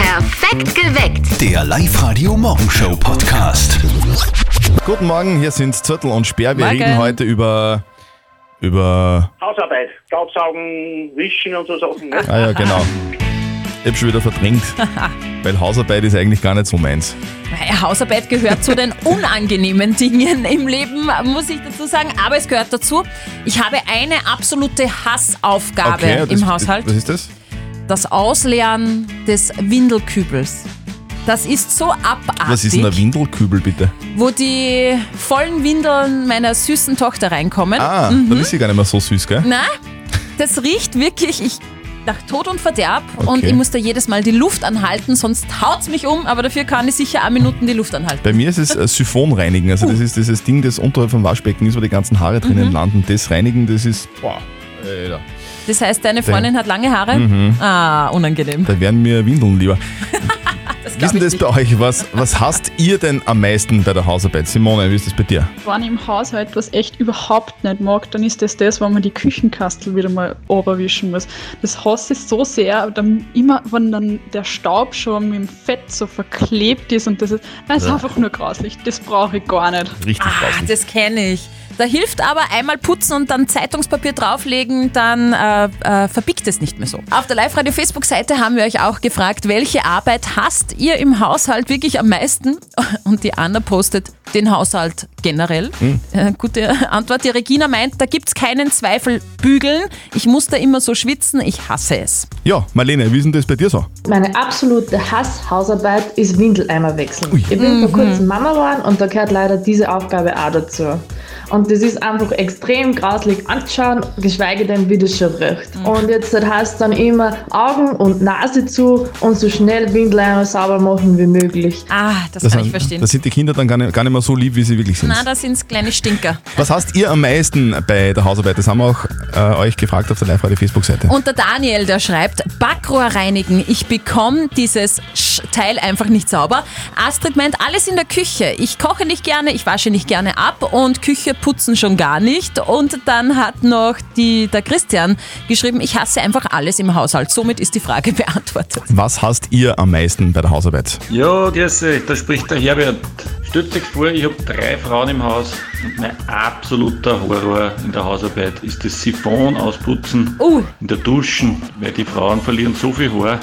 Perfekt geweckt. Der Live-Radio Morgenshow Podcast. Guten Morgen, hier sind Zürtel und Sperr. Wir Morgen. reden heute über. über. Hausarbeit, Staubsaugen, Wischen und so Sachen. Ne? Ah ja, genau. Ich hab schon wieder verdrängt. Weil Hausarbeit ist eigentlich gar nicht so meins. Naja, Hausarbeit gehört zu den unangenehmen Dingen im Leben, muss ich dazu sagen. Aber es gehört dazu. Ich habe eine absolute Hassaufgabe das, im Haushalt. Was ist das? Das Ausleeren des Windelkübels. Das ist so abartig, Was ist denn ein Windelkübel, bitte? wo die vollen Windeln meiner süßen Tochter reinkommen. Ah, dann ist sie gar nicht mehr so süß, gell? Na, das riecht wirklich ich, nach Tod und Verderb und Okay. ich muss da jedes Mal die Luft anhalten, sonst haut's mich um, aber dafür kann ich sicher eine Minuten die Luft anhalten. Bei mir ist es äh, Siphon reinigen. Also, Uh. das ist dieses Ding, das unterhalb vom Waschbecken ist, wo die ganzen Haare Mhm. drinnen landen. Das reinigen, das ist. Boah, Alter. Das heißt, deine Freundin hat lange Haare? Ah, unangenehm. Da wären mir Windeln lieber. Das Wie ist glaub denn ich das nicht. bei euch? Was, was hasst ihr denn am meisten bei der Hausarbeit? Simone, wie ist das bei dir? Wenn ich im Haushalt was echt überhaupt nicht mag, dann ist das das, wenn man die Küchenkastel wieder mal oberwischen muss. Das hasse ich so sehr, aber dann immer, wenn dann der Staub schon mit dem Fett so verklebt ist und das ist, das ist einfach nur grauslich. Das brauche ich gar nicht. Richtig Ah, draußen. das kenne ich. Da hilft aber einmal putzen und dann Zeitungspapier drauflegen, dann äh, äh, verbiegt es nicht mehr so. Auf der Live-Radio-Facebook-Seite haben wir euch auch gefragt, welche Arbeit hasst ihr im Haushalt wirklich am meisten? Und die Anna postet den Haushalt generell. Äh, gute Antwort. Die Regina meint, da gibt es keinen Zweifel, bügeln. Ich muss da immer so schwitzen, ich hasse es. Ja, Marlene, wie ist denn das bei dir so? Meine absolute Hass-Hausarbeit ist Windeleimer wechseln. Ich bin Mhm. vor kurzem Mama geworden und da gehört leider diese Aufgabe auch dazu. Und das ist einfach extrem grauslich anzuschauen, geschweige denn, wie das schon riecht. Mhm. Und jetzt das heißt dann immer Augen und Nase zu und so schnell Windeleimer sauber machen wie möglich. Ah, das, kann ich verstehen. Da sind die Kinder dann gar nicht, gar nicht mehr so lieb, wie sie wirklich sind. Na, das sind kleine Stinker. Was hasst ihr am meisten bei der Hausarbeit? Das haben wir auch äh, euch gefragt auf der Live-Radio-Facebook-Seite. Und der Daniel, der schreibt, Backrohr reinigen, ich bekomme dieses Sch Teil einfach nicht sauber. Astrid meint, alles in der Küche. Ich koche nicht gerne, ich wasche nicht gerne ab und Küche putzen schon gar nicht. Und dann hat noch die, der Christian geschrieben, ich hasse einfach alles im Haushalt. Somit ist die Frage beantwortet. Was hasst ihr am meisten bei der Hausarbeit? Ja, grüß euch, da spricht der Herbert. Stellt euch vor, ich habe drei Frauen im Haus und mein absoluter Horror in der Hausarbeit ist das Siphon ausputzen Uh. in der Duschen, weil die Frauen verlieren so viel Haar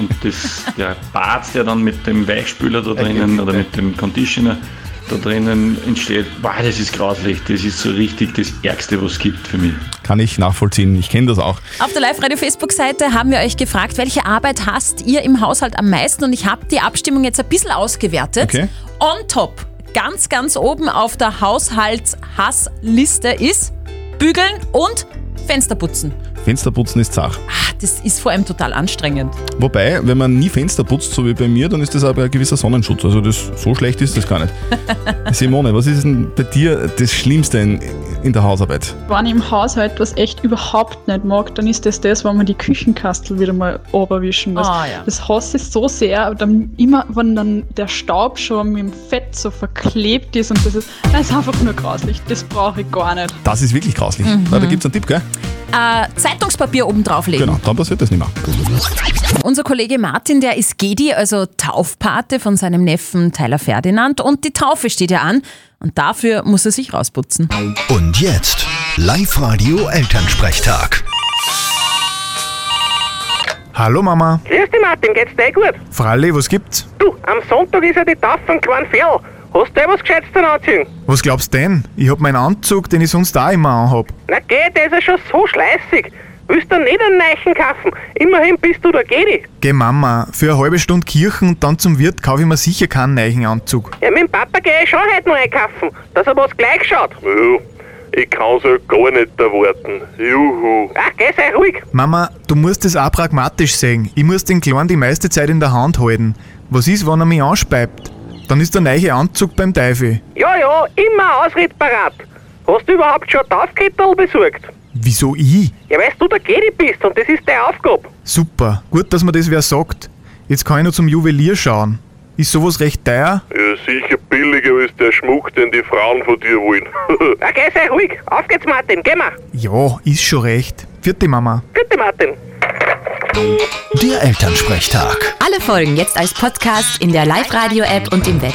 und das, der Bart, der dann mit dem Weichspüler da drinnen oder mit dem Conditioner da drinnen entsteht, wow, das ist grauslich, das ist so richtig das Ärgste, was es gibt für mich. Kann ich nachvollziehen, ich kenne das auch. Auf der Live-Radio-Facebook-Seite haben wir euch gefragt, welche Arbeit hasst ihr im Haushalt am meisten? Und ich habe die Abstimmung jetzt ein bisschen ausgewertet. Okay. On top, ganz, ganz oben auf der Haushaltshassliste ist Bügeln und Fensterputzen. Fensterputzen ist Sach. Ah, Das ist vor allem total anstrengend. Wobei, wenn man nie Fenster putzt, so wie bei mir, dann ist das aber ein gewisser Sonnenschutz. Also das, so schlecht ist das gar nicht. Simone, was ist denn bei dir das Schlimmste in, in der Hausarbeit? Wenn ich im Haushalt was echt überhaupt nicht mag, dann ist das das, wenn man die Küchenkastel wieder mal oberwischen muss. Ah, ja. Das hasse ich so sehr, aber dann immer, wenn dann der Staub schon mit dem Fett so verklebt ist und das ist, das ist einfach nur grauslich. Das brauche ich gar nicht. Das ist wirklich grauslich. Mhm. Na, da gibt es einen Tipp, gell? Äh, Zeitungspapier oben drauflegen. Genau, dann passiert das nicht mehr. Unser Kollege Martin, der ist Gedi, also Taufpate von seinem Neffen Tyler Ferdinand. Und die Taufe steht ja an. Und dafür muss er sich rausputzen. Und jetzt Live-Radio Elternsprechtag. Hallo Mama. Grüß dich Martin, geht's dir gut? Fralli, was gibt's? Du, am Sonntag ist ja die Tafel von kleinen Ferl. Hast du dir was Gescheites dann anziehen? Was glaubst denn? Ich hab meinen Anzug, den ich sonst auch immer anhab. Na geh, der ist ja schon so schleißig. Willst du nicht einen Neichen kaufen? Immerhin bist du der Gedi. Geh Mama, für eine halbe Stunde Kirchen und dann zum Wirt kaufe ich mir sicher keinen neuen Anzug. Ja, mit dem Papa geh ich schon heute noch einkaufen, dass er was gleich schaut. Ja, ich kann's ja gar nicht erwarten. Juhu. Ach, geh, sei ruhig. Mama, du musst das auch pragmatisch sehen. Ich muss den Kleinen die meiste Zeit in der Hand halten. Was ist, wenn er mich anspeibt? Dann ist der neue Anzug beim Teufel. Ja, ja, immer Ausritt parat. Hast du überhaupt schon Taufkettel besorgt? Wieso ich? Ja, weißt du der Gedi bist und das ist deine Aufgabe. Super, gut, dass mir das wer sagt. Jetzt kann ich noch zum Juwelier schauen. Ist sowas recht teuer? Ja, sicher billiger ist der Schmuck, den die Frauen von dir wollen. Na, geh, sei ruhig. Auf geht's, Martin. Geh mal. Ja, ist schon recht. Vierte Mama. Bitte, Martin. Der Elternsprechtag. Alle Folgen jetzt als Podcast in der Live-Radio-App und im Web.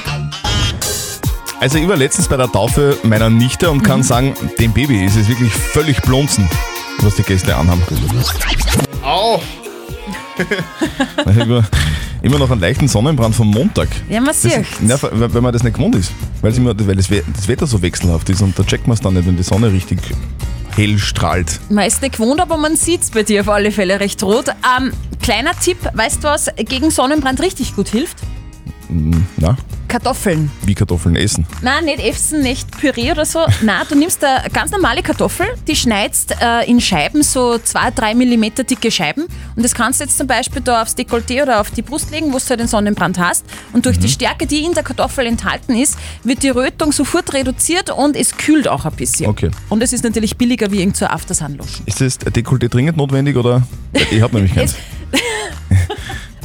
Also ich war letztens bei der Taufe meiner Nichte und Mhm. kann sagen, dem Baby ist es wirklich völlig blunzen, was die Gäste anhaben. Au! ich war immer noch einen leichten Sonnenbrand vom Montag. Ja, man Das, sieht. na, weil weil man das nicht gewohnt ist. Weil, es immer, weil das, We das Wetter so wechselhaft ist und da checkt man es dann nicht, wenn die Sonne richtig hell strahlt. Man ist nicht gewohnt, aber man sieht es bei dir auf alle Fälle recht rot. Ähm, kleiner Tipp, weißt du was gegen Sonnenbrand richtig gut hilft? Na, Kartoffeln. wie Kartoffeln essen. Nein, nicht Efsen, nicht Püree oder so. Na, du nimmst eine ganz normale Kartoffel, die schneidest äh, in Scheiben, so 2-3 mm dicke Scheiben. Und das kannst du jetzt zum Beispiel da aufs Dekolleté oder auf die Brust legen, wo du halt den Sonnenbrand hast. Und durch die Stärke, die in der Kartoffel enthalten ist, wird die Rötung sofort reduziert und es kühlt auch ein bisschen. Okay. Und es ist natürlich billiger wie irgend so eine Aftersun-Lotion. Ist das Dekolleté dringend notwendig oder? Ich habe nämlich keins.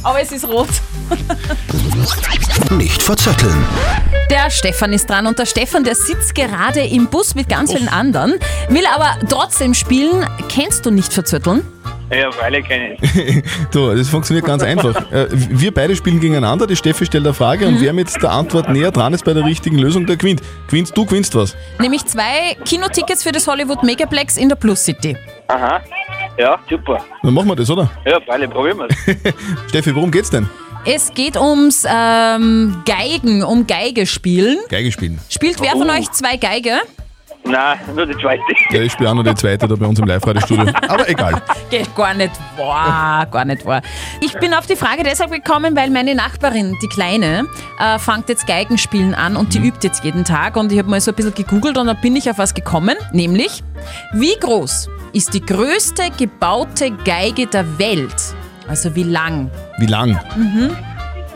Aber es ist rot. Nicht verzetteln. Der Stefan ist dran und der Stefan, der sitzt gerade im Bus mit ganz vielen anderen, will aber trotzdem spielen. Kennst du nicht verzötteln? Ja, weil ich keine. Du, das funktioniert ganz einfach. Äh, Wir beide spielen gegeneinander, die Steffi stellt eine Frage und wer mit der Antwort näher dran ist bei der richtigen Lösung, der gewinnt. Gewinnst du, gewinnst was. Nämlich zwei Kinotickets für das Hollywood Megaplex in der Plus City. Aha. Ja, super. Dann machen wir das, oder? Ja, weil ich probieren wir Steffi, worum geht's denn? Es geht ums ähm, Geigen, um Geige spielen. Geige spielen. Spielt wer von euch zwei Geige? Nein, nur die zweite. Ja, ich spiele auch noch die zweite da bei uns im Live-Radio-Studio. Aber egal. Geht gar nicht wahr, gar nicht wahr. Ich bin auf die Frage deshalb gekommen, weil meine Nachbarin, die Kleine, äh, fängt jetzt Geigenspielen an und Mhm. die übt jetzt jeden Tag. Und ich habe mal so ein bisschen gegoogelt und dann bin ich auf was gekommen, nämlich, wie groß ist die größte gebaute Geige der Welt? Also wie lang? Wie lang?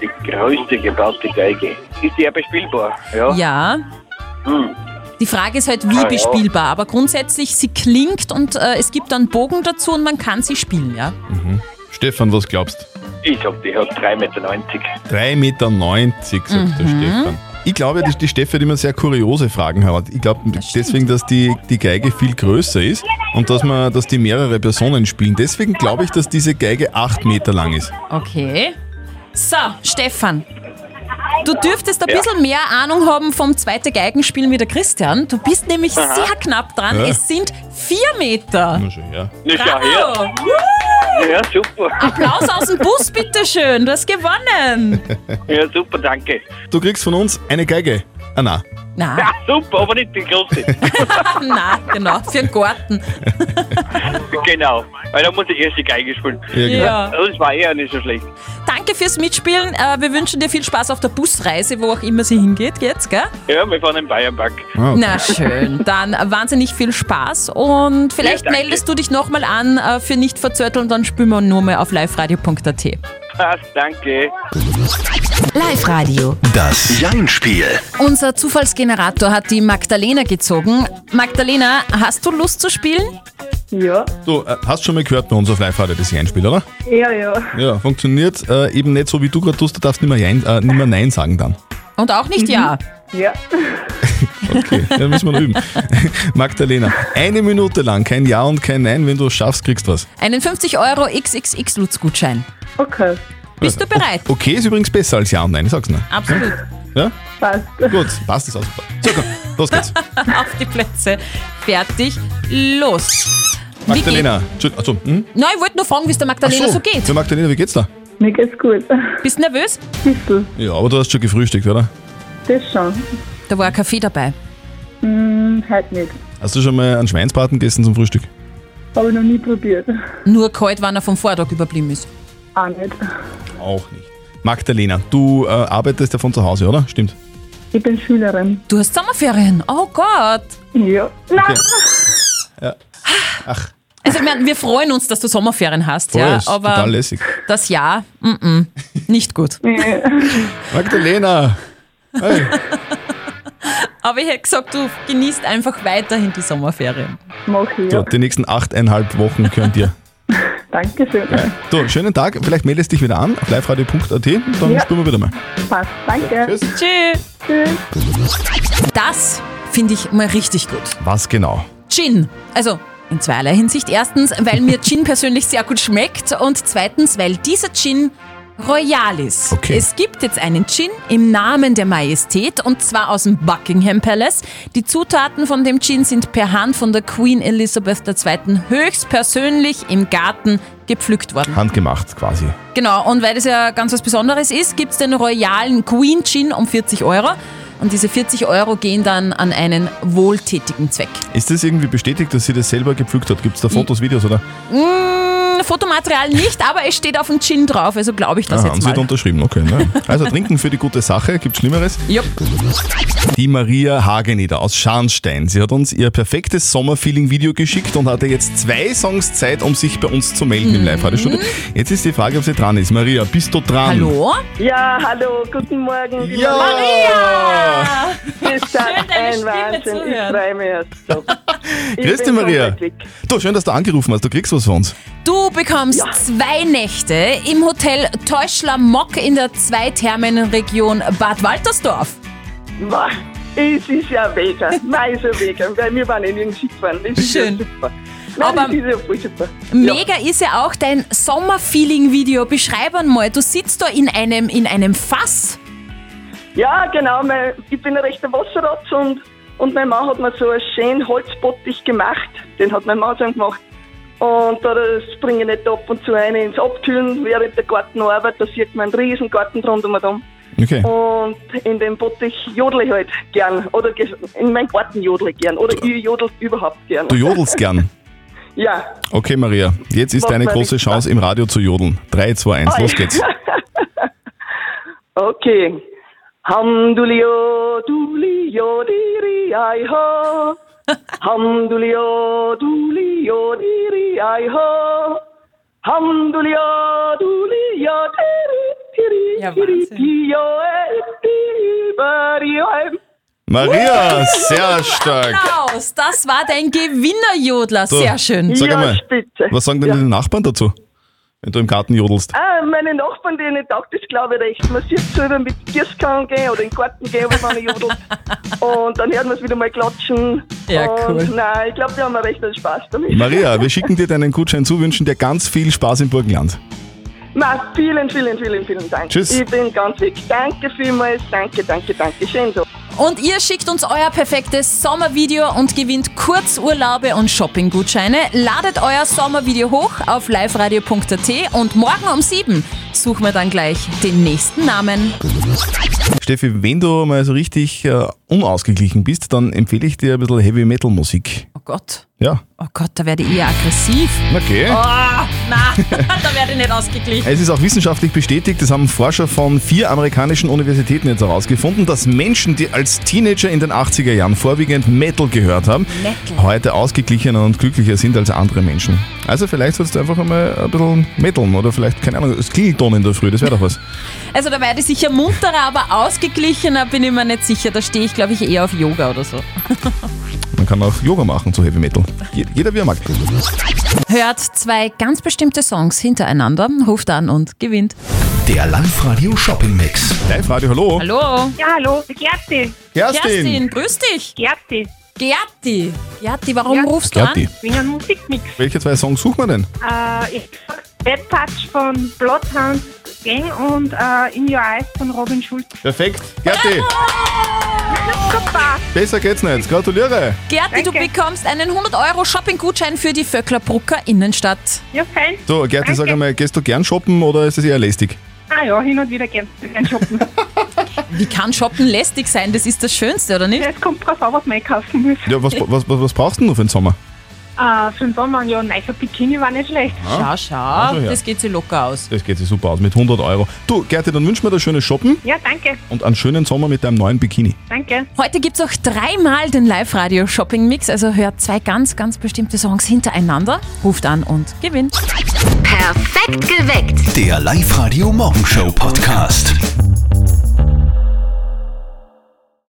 Die größte gebaute Geige. Ist die ja bespielbar? Ja. Ja. Die Frage ist halt, wie Mhm. Ah, ja. bespielbar. Aber grundsätzlich, sie klingt und äh, es gibt dann Bogen dazu und man kann sie spielen, ja. Stefan, was glaubst Ich glaub, die hat 3,90 Meter. 3,90 Meter, sagt der Stefan. Ich glaube, die, die Steffi hat immer sehr kuriose Fragen gehabt. Ich glaube deswegen, dass die, die Geige viel größer ist und dass, man, dass die mehrere Personen spielen. Deswegen glaube ich, dass diese Geige 8 Meter lang ist. Okay. So, Stefan. Du dürftest ein bisschen mehr Ahnung haben vom zweiten Geigenspielen wie der Christian. Du bist nämlich sehr knapp dran. Ja. Es sind vier Meter. Na schon, ja. Na, schau her. Bravo. Ja, super. Applaus aus dem Bus, bitteschön. Du hast gewonnen. Ja, super, danke. Du kriegst von uns eine Geige. Ah, nein. Na, Ja, super, aber nicht die große. na, genau, für den Garten. genau. Weil da muss ich erst die Geige spielen. Ja, genau. Ja. Das war eher nicht so schlecht. Danke fürs Mitspielen. Äh, Wir wünschen dir viel Spaß auf der Busreise, wo auch immer sie hingeht jetzt, gell? Ja, wir fahren in Bayernpark. Ah, okay. Na schön, dann wahnsinnig viel Spaß und vielleicht Ja, danke. meldest du dich nochmal an äh, für nicht verzörteln, dann spielen wir nur mehr auf liveradio.at. Passt, danke. Live-Radio. Das Jein-Spiel. Unser Zufallsgenerator hat die Magdalena gezogen. Magdalena, hast du Lust zu spielen? Ja, Du äh, hast schon mal gehört bei uns auf Live-Radio das Jeinspiel, oder? ja, ja. Ja, funktioniert äh, eben nicht so, wie du gerade tust. Du darfst nicht mehr, Jein, äh, nicht mehr Nein sagen dann. Und auch nicht ja. Ja, Okay, dann müssen wir noch üben. Magdalena, eine Minute lang kein Ja und kein Nein. Wenn du es schaffst, kriegst du was. Einen 50 Euro XXX-Lutz-Gutschein. okay, Bist du bereit? Okay ist übrigens besser als Ja und Nein, ich sag's nur. Absolut. Ja? passt. Gut, passt das aus. So, komm, los geht's. Auf die Plätze. Fertig. Los. Wie Magdalena, Entschuldigung, achso, hm? geht's? Nein, ich wollte nur fragen, wie es der Magdalena so. Achso, geht. Ja, Magdalena, wie geht's da? Mir geht's gut. Bist du nervös? Bissl, Ja, aber du hast schon gefrühstückt, oder? das schon. Da war ein Kaffee dabei. Hm, halt nicht. Hast du schon mal einen Schweinsbraten gegessen zum Frühstück? Habe ich noch nie probiert. Nur kalt, wenn er vom Vortag überblieben ist. Auch nicht. Auch nicht. Magdalena, du äh, arbeitest ja von zu Hause, oder? Stimmt. Ich bin Schülerin. Du hast Sommerferien. Oh Gott. Ja. Nein, Also ich meine, wir freuen uns, dass du Sommerferien hast, Voll, ja. ist Aber total lässig. das Jahr, mm -mm, nicht gut. Magdalena! Hey. Aber ich hätte gesagt, du genießt einfach weiterhin die Sommerferien. mach ich. So, Ja. die nächsten achteinhalb Wochen könnt ihr. Dankeschön. So, schönen Tag. Vielleicht meldest dich wieder an auf liveradio.at, dann Ja. spielen wir wieder mal. Passt. Danke. Tschüss. Tschüss. Das finde ich mal richtig gut. Was genau? Gin. Also In zweierlei Hinsicht. Erstens, weil mir Gin persönlich sehr gut schmeckt und zweitens, weil dieser Gin royal ist. Okay. Es gibt jetzt einen Gin im Namen der Majestät und zwar aus dem Buckingham Palace. Die Zutaten von dem Gin sind per Hand von der Queen Elizabeth II. höchstpersönlich im Garten gepflückt worden. Handgemacht quasi. Genau, und weil das ja ganz was Besonderes ist, gibt es den royalen Queen Gin um 40 Euro. Und diese 40 Euro gehen dann an einen wohltätigen Zweck. Ist das irgendwie bestätigt, dass sie das selber gepflückt hat? Gibt es da Fotos, Videos oder? Hm, Fotomaterial nicht, aber es steht auf dem Gin drauf, also glaube ich das Aha, haben jetzt sie hat mal. unterschrieben, okay. Ne? Also trinken für die gute Sache, gibt Schlimmeres? Jupp. Die Maria Hagenieder aus Scharnstein. Sie hat uns ihr perfektes Sommerfeeling-Video geschickt und hatte jetzt zwei Songs Zeit, um sich bei uns zu melden Mhm. im Live-Radio-Studio. Jetzt ist die Frage, ob sie dran ist. Maria, bist du dran? Hallo? Ja, hallo, guten Morgen. liebe Ja! Maria! Leute. Ihr seid deine ein Stimme Wahnsinn, zu Also, ich hören. freue mich erst so. Ich Grüß dich, bin so Maria. glücklich. Du, schön, dass du angerufen hast. Du kriegst was von uns. Du bekommst zwei Nächte im Hotel Teuschler Mock in der Zweithermenregion Bad Waltersdorf. Boah, es ist ja Vega, nein, ist ja Vega, weil wir waren in den Skifahren, das ist Schön. ja super. Nein, Aber- das ist ja voll super. Mega ist ja auch dein Sommerfeeling-Video. Beschreib einmal, du sitzt da in einem, in einem Fass. Ja, genau, mein, ich bin ein rechter Wasserratz und, und mein Mann hat mir so einen schönen Holzbottich gemacht, den hat mein Mann schon gemacht. Und da springe ich nicht ab und zu eine ins Abtülen während der Gartenarbeit, da sieht man einen riesen Garten rundum und um. Okay. Und in dem Bottich jodle ich halt gern. Oder ges- in meinem Garten jodle ich gern. Oder ich jodel überhaupt gern. Du jodelst gern. Ja. Okay, Maria, jetzt ist Mach deine mal große nicht. Chance, im Radio zu jodeln. 3, 2, 1, Oh los geht's. Okay. Hamdulio, dulio, diri, ai, ho. Hamdulio, dulio, diri, ai, ho. Hamdulio, dulio, diri, Ja, diri, diri, Wahnsinn. dio, el, di, bario, em. Maria, sehr stark. Applaus, das war dein Gewinnerjodler. So. Sehr schön. Sag Ja, einmal, spitze. Was sagen denn Ja. die Nachbarn dazu, wenn du im Garten jodelst? Ah, meine Nachbarn, denen taugt das, glaube ich, recht. Man sieht selber mit Gießkannen gehen oder in den Garten gehen, wenn man jodelt. Und dann hört man es wieder mal klatschen. Ja, cool. Und nein, ich glaube, wir haben recht einen Spaß damit. Maria, wir schicken dir deinen Gutschein zu, wünschen dir ganz viel Spaß im Burgenland. Na, vielen, vielen, vielen, vielen Dank. Tschüss. Ich bin ganz weg. Danke vielmals. Danke, danke, danke. Schön so. Und ihr schickt uns euer perfektes Sommervideo und gewinnt Kurzurlaube und Shoppinggutscheine. Ladet euer Sommervideo hoch auf liveradio.at und morgen um 7 suchen wir dann gleich den nächsten Namen. Steffi, wenn du mal so richtig äh, unausgeglichen bist, dann empfehle ich dir ein bisschen Heavy Metal Musik. Oh Gott, Ja. oh Gott, da werde ich eher aggressiv. Okay. Ah, na, da werde ich nicht ausgeglichen. Es ist auch wissenschaftlich bestätigt, das haben Forscher von vier amerikanischen Universitäten jetzt herausgefunden, dass Menschen, die als Teenager in den 80er Jahren vorwiegend Metal gehört haben, Metal. heute ausgeglichener und glücklicher sind als andere Menschen. Also vielleicht sollst du einfach einmal ein bisschen metaln oder vielleicht, keine Ahnung, das Klingelton in der Früh, das wäre doch was. Also da werde ich sicher munterer, aber ausgeglichener bin ich mir nicht sicher. Da stehe ich, glaube ich, eher auf Yoga oder so. Man kann auch Yoga machen zu Heavy Metal. Je- Jeder wie er mag. Hört zwei ganz bestimmte Songs hintereinander, ruft an und gewinnt. Der Live-Radio Shopping Mix. Live Radio, hallo. Hallo. Ja, hallo, Gerti, Kerstin, grüß dich. Gerti. Gerti. Gerti, warum rufst du Gerti. an? Ich bin ein Musikmix. Welche zwei Songs suchen wir denn? Äh, ich sag Bad Touch von Bloodhound Gang und äh, In Your Eyes von Robin Schulz. Perfekt. Gerti, Super. besser geht's nicht. Gratuliere. Gerti, du Danke. bekommst einen 100-Euro-Shopping-Gutschein für die Vöcklerbrucker Innenstadt. Ja, fein. So, Gerti, Danke. sag einmal, gehst du gern shoppen oder ist es eher lästig? Ah ja, hin und wieder gern, gern shoppen. Wie kann Shoppen lästig sein? Das ist das Schönste, oder nicht? Es kommt drauf an, was man einkaufen muss. Ja, was, was, was, was brauchst du denn noch für den Sommer? Äh, für den Sommer, ja, ein neuer Bikini war nicht schlecht. Schau, schau, Also, ja. das geht sie locker aus. Das geht sich super aus mit 100 Euro. Du, Gerti, dann wünschen wir dir schönes Shoppen Ja, danke, und einen schönen Sommer mit deinem neuen Bikini. danke. Heute gibt es auch dreimal den Live-Radio-Shopping-Mix, also hört zwei ganz, ganz bestimmte Songs hintereinander, ruft an und gewinnt. Perfekt geweckt. Der Live-Radio Morgenshow Podcast.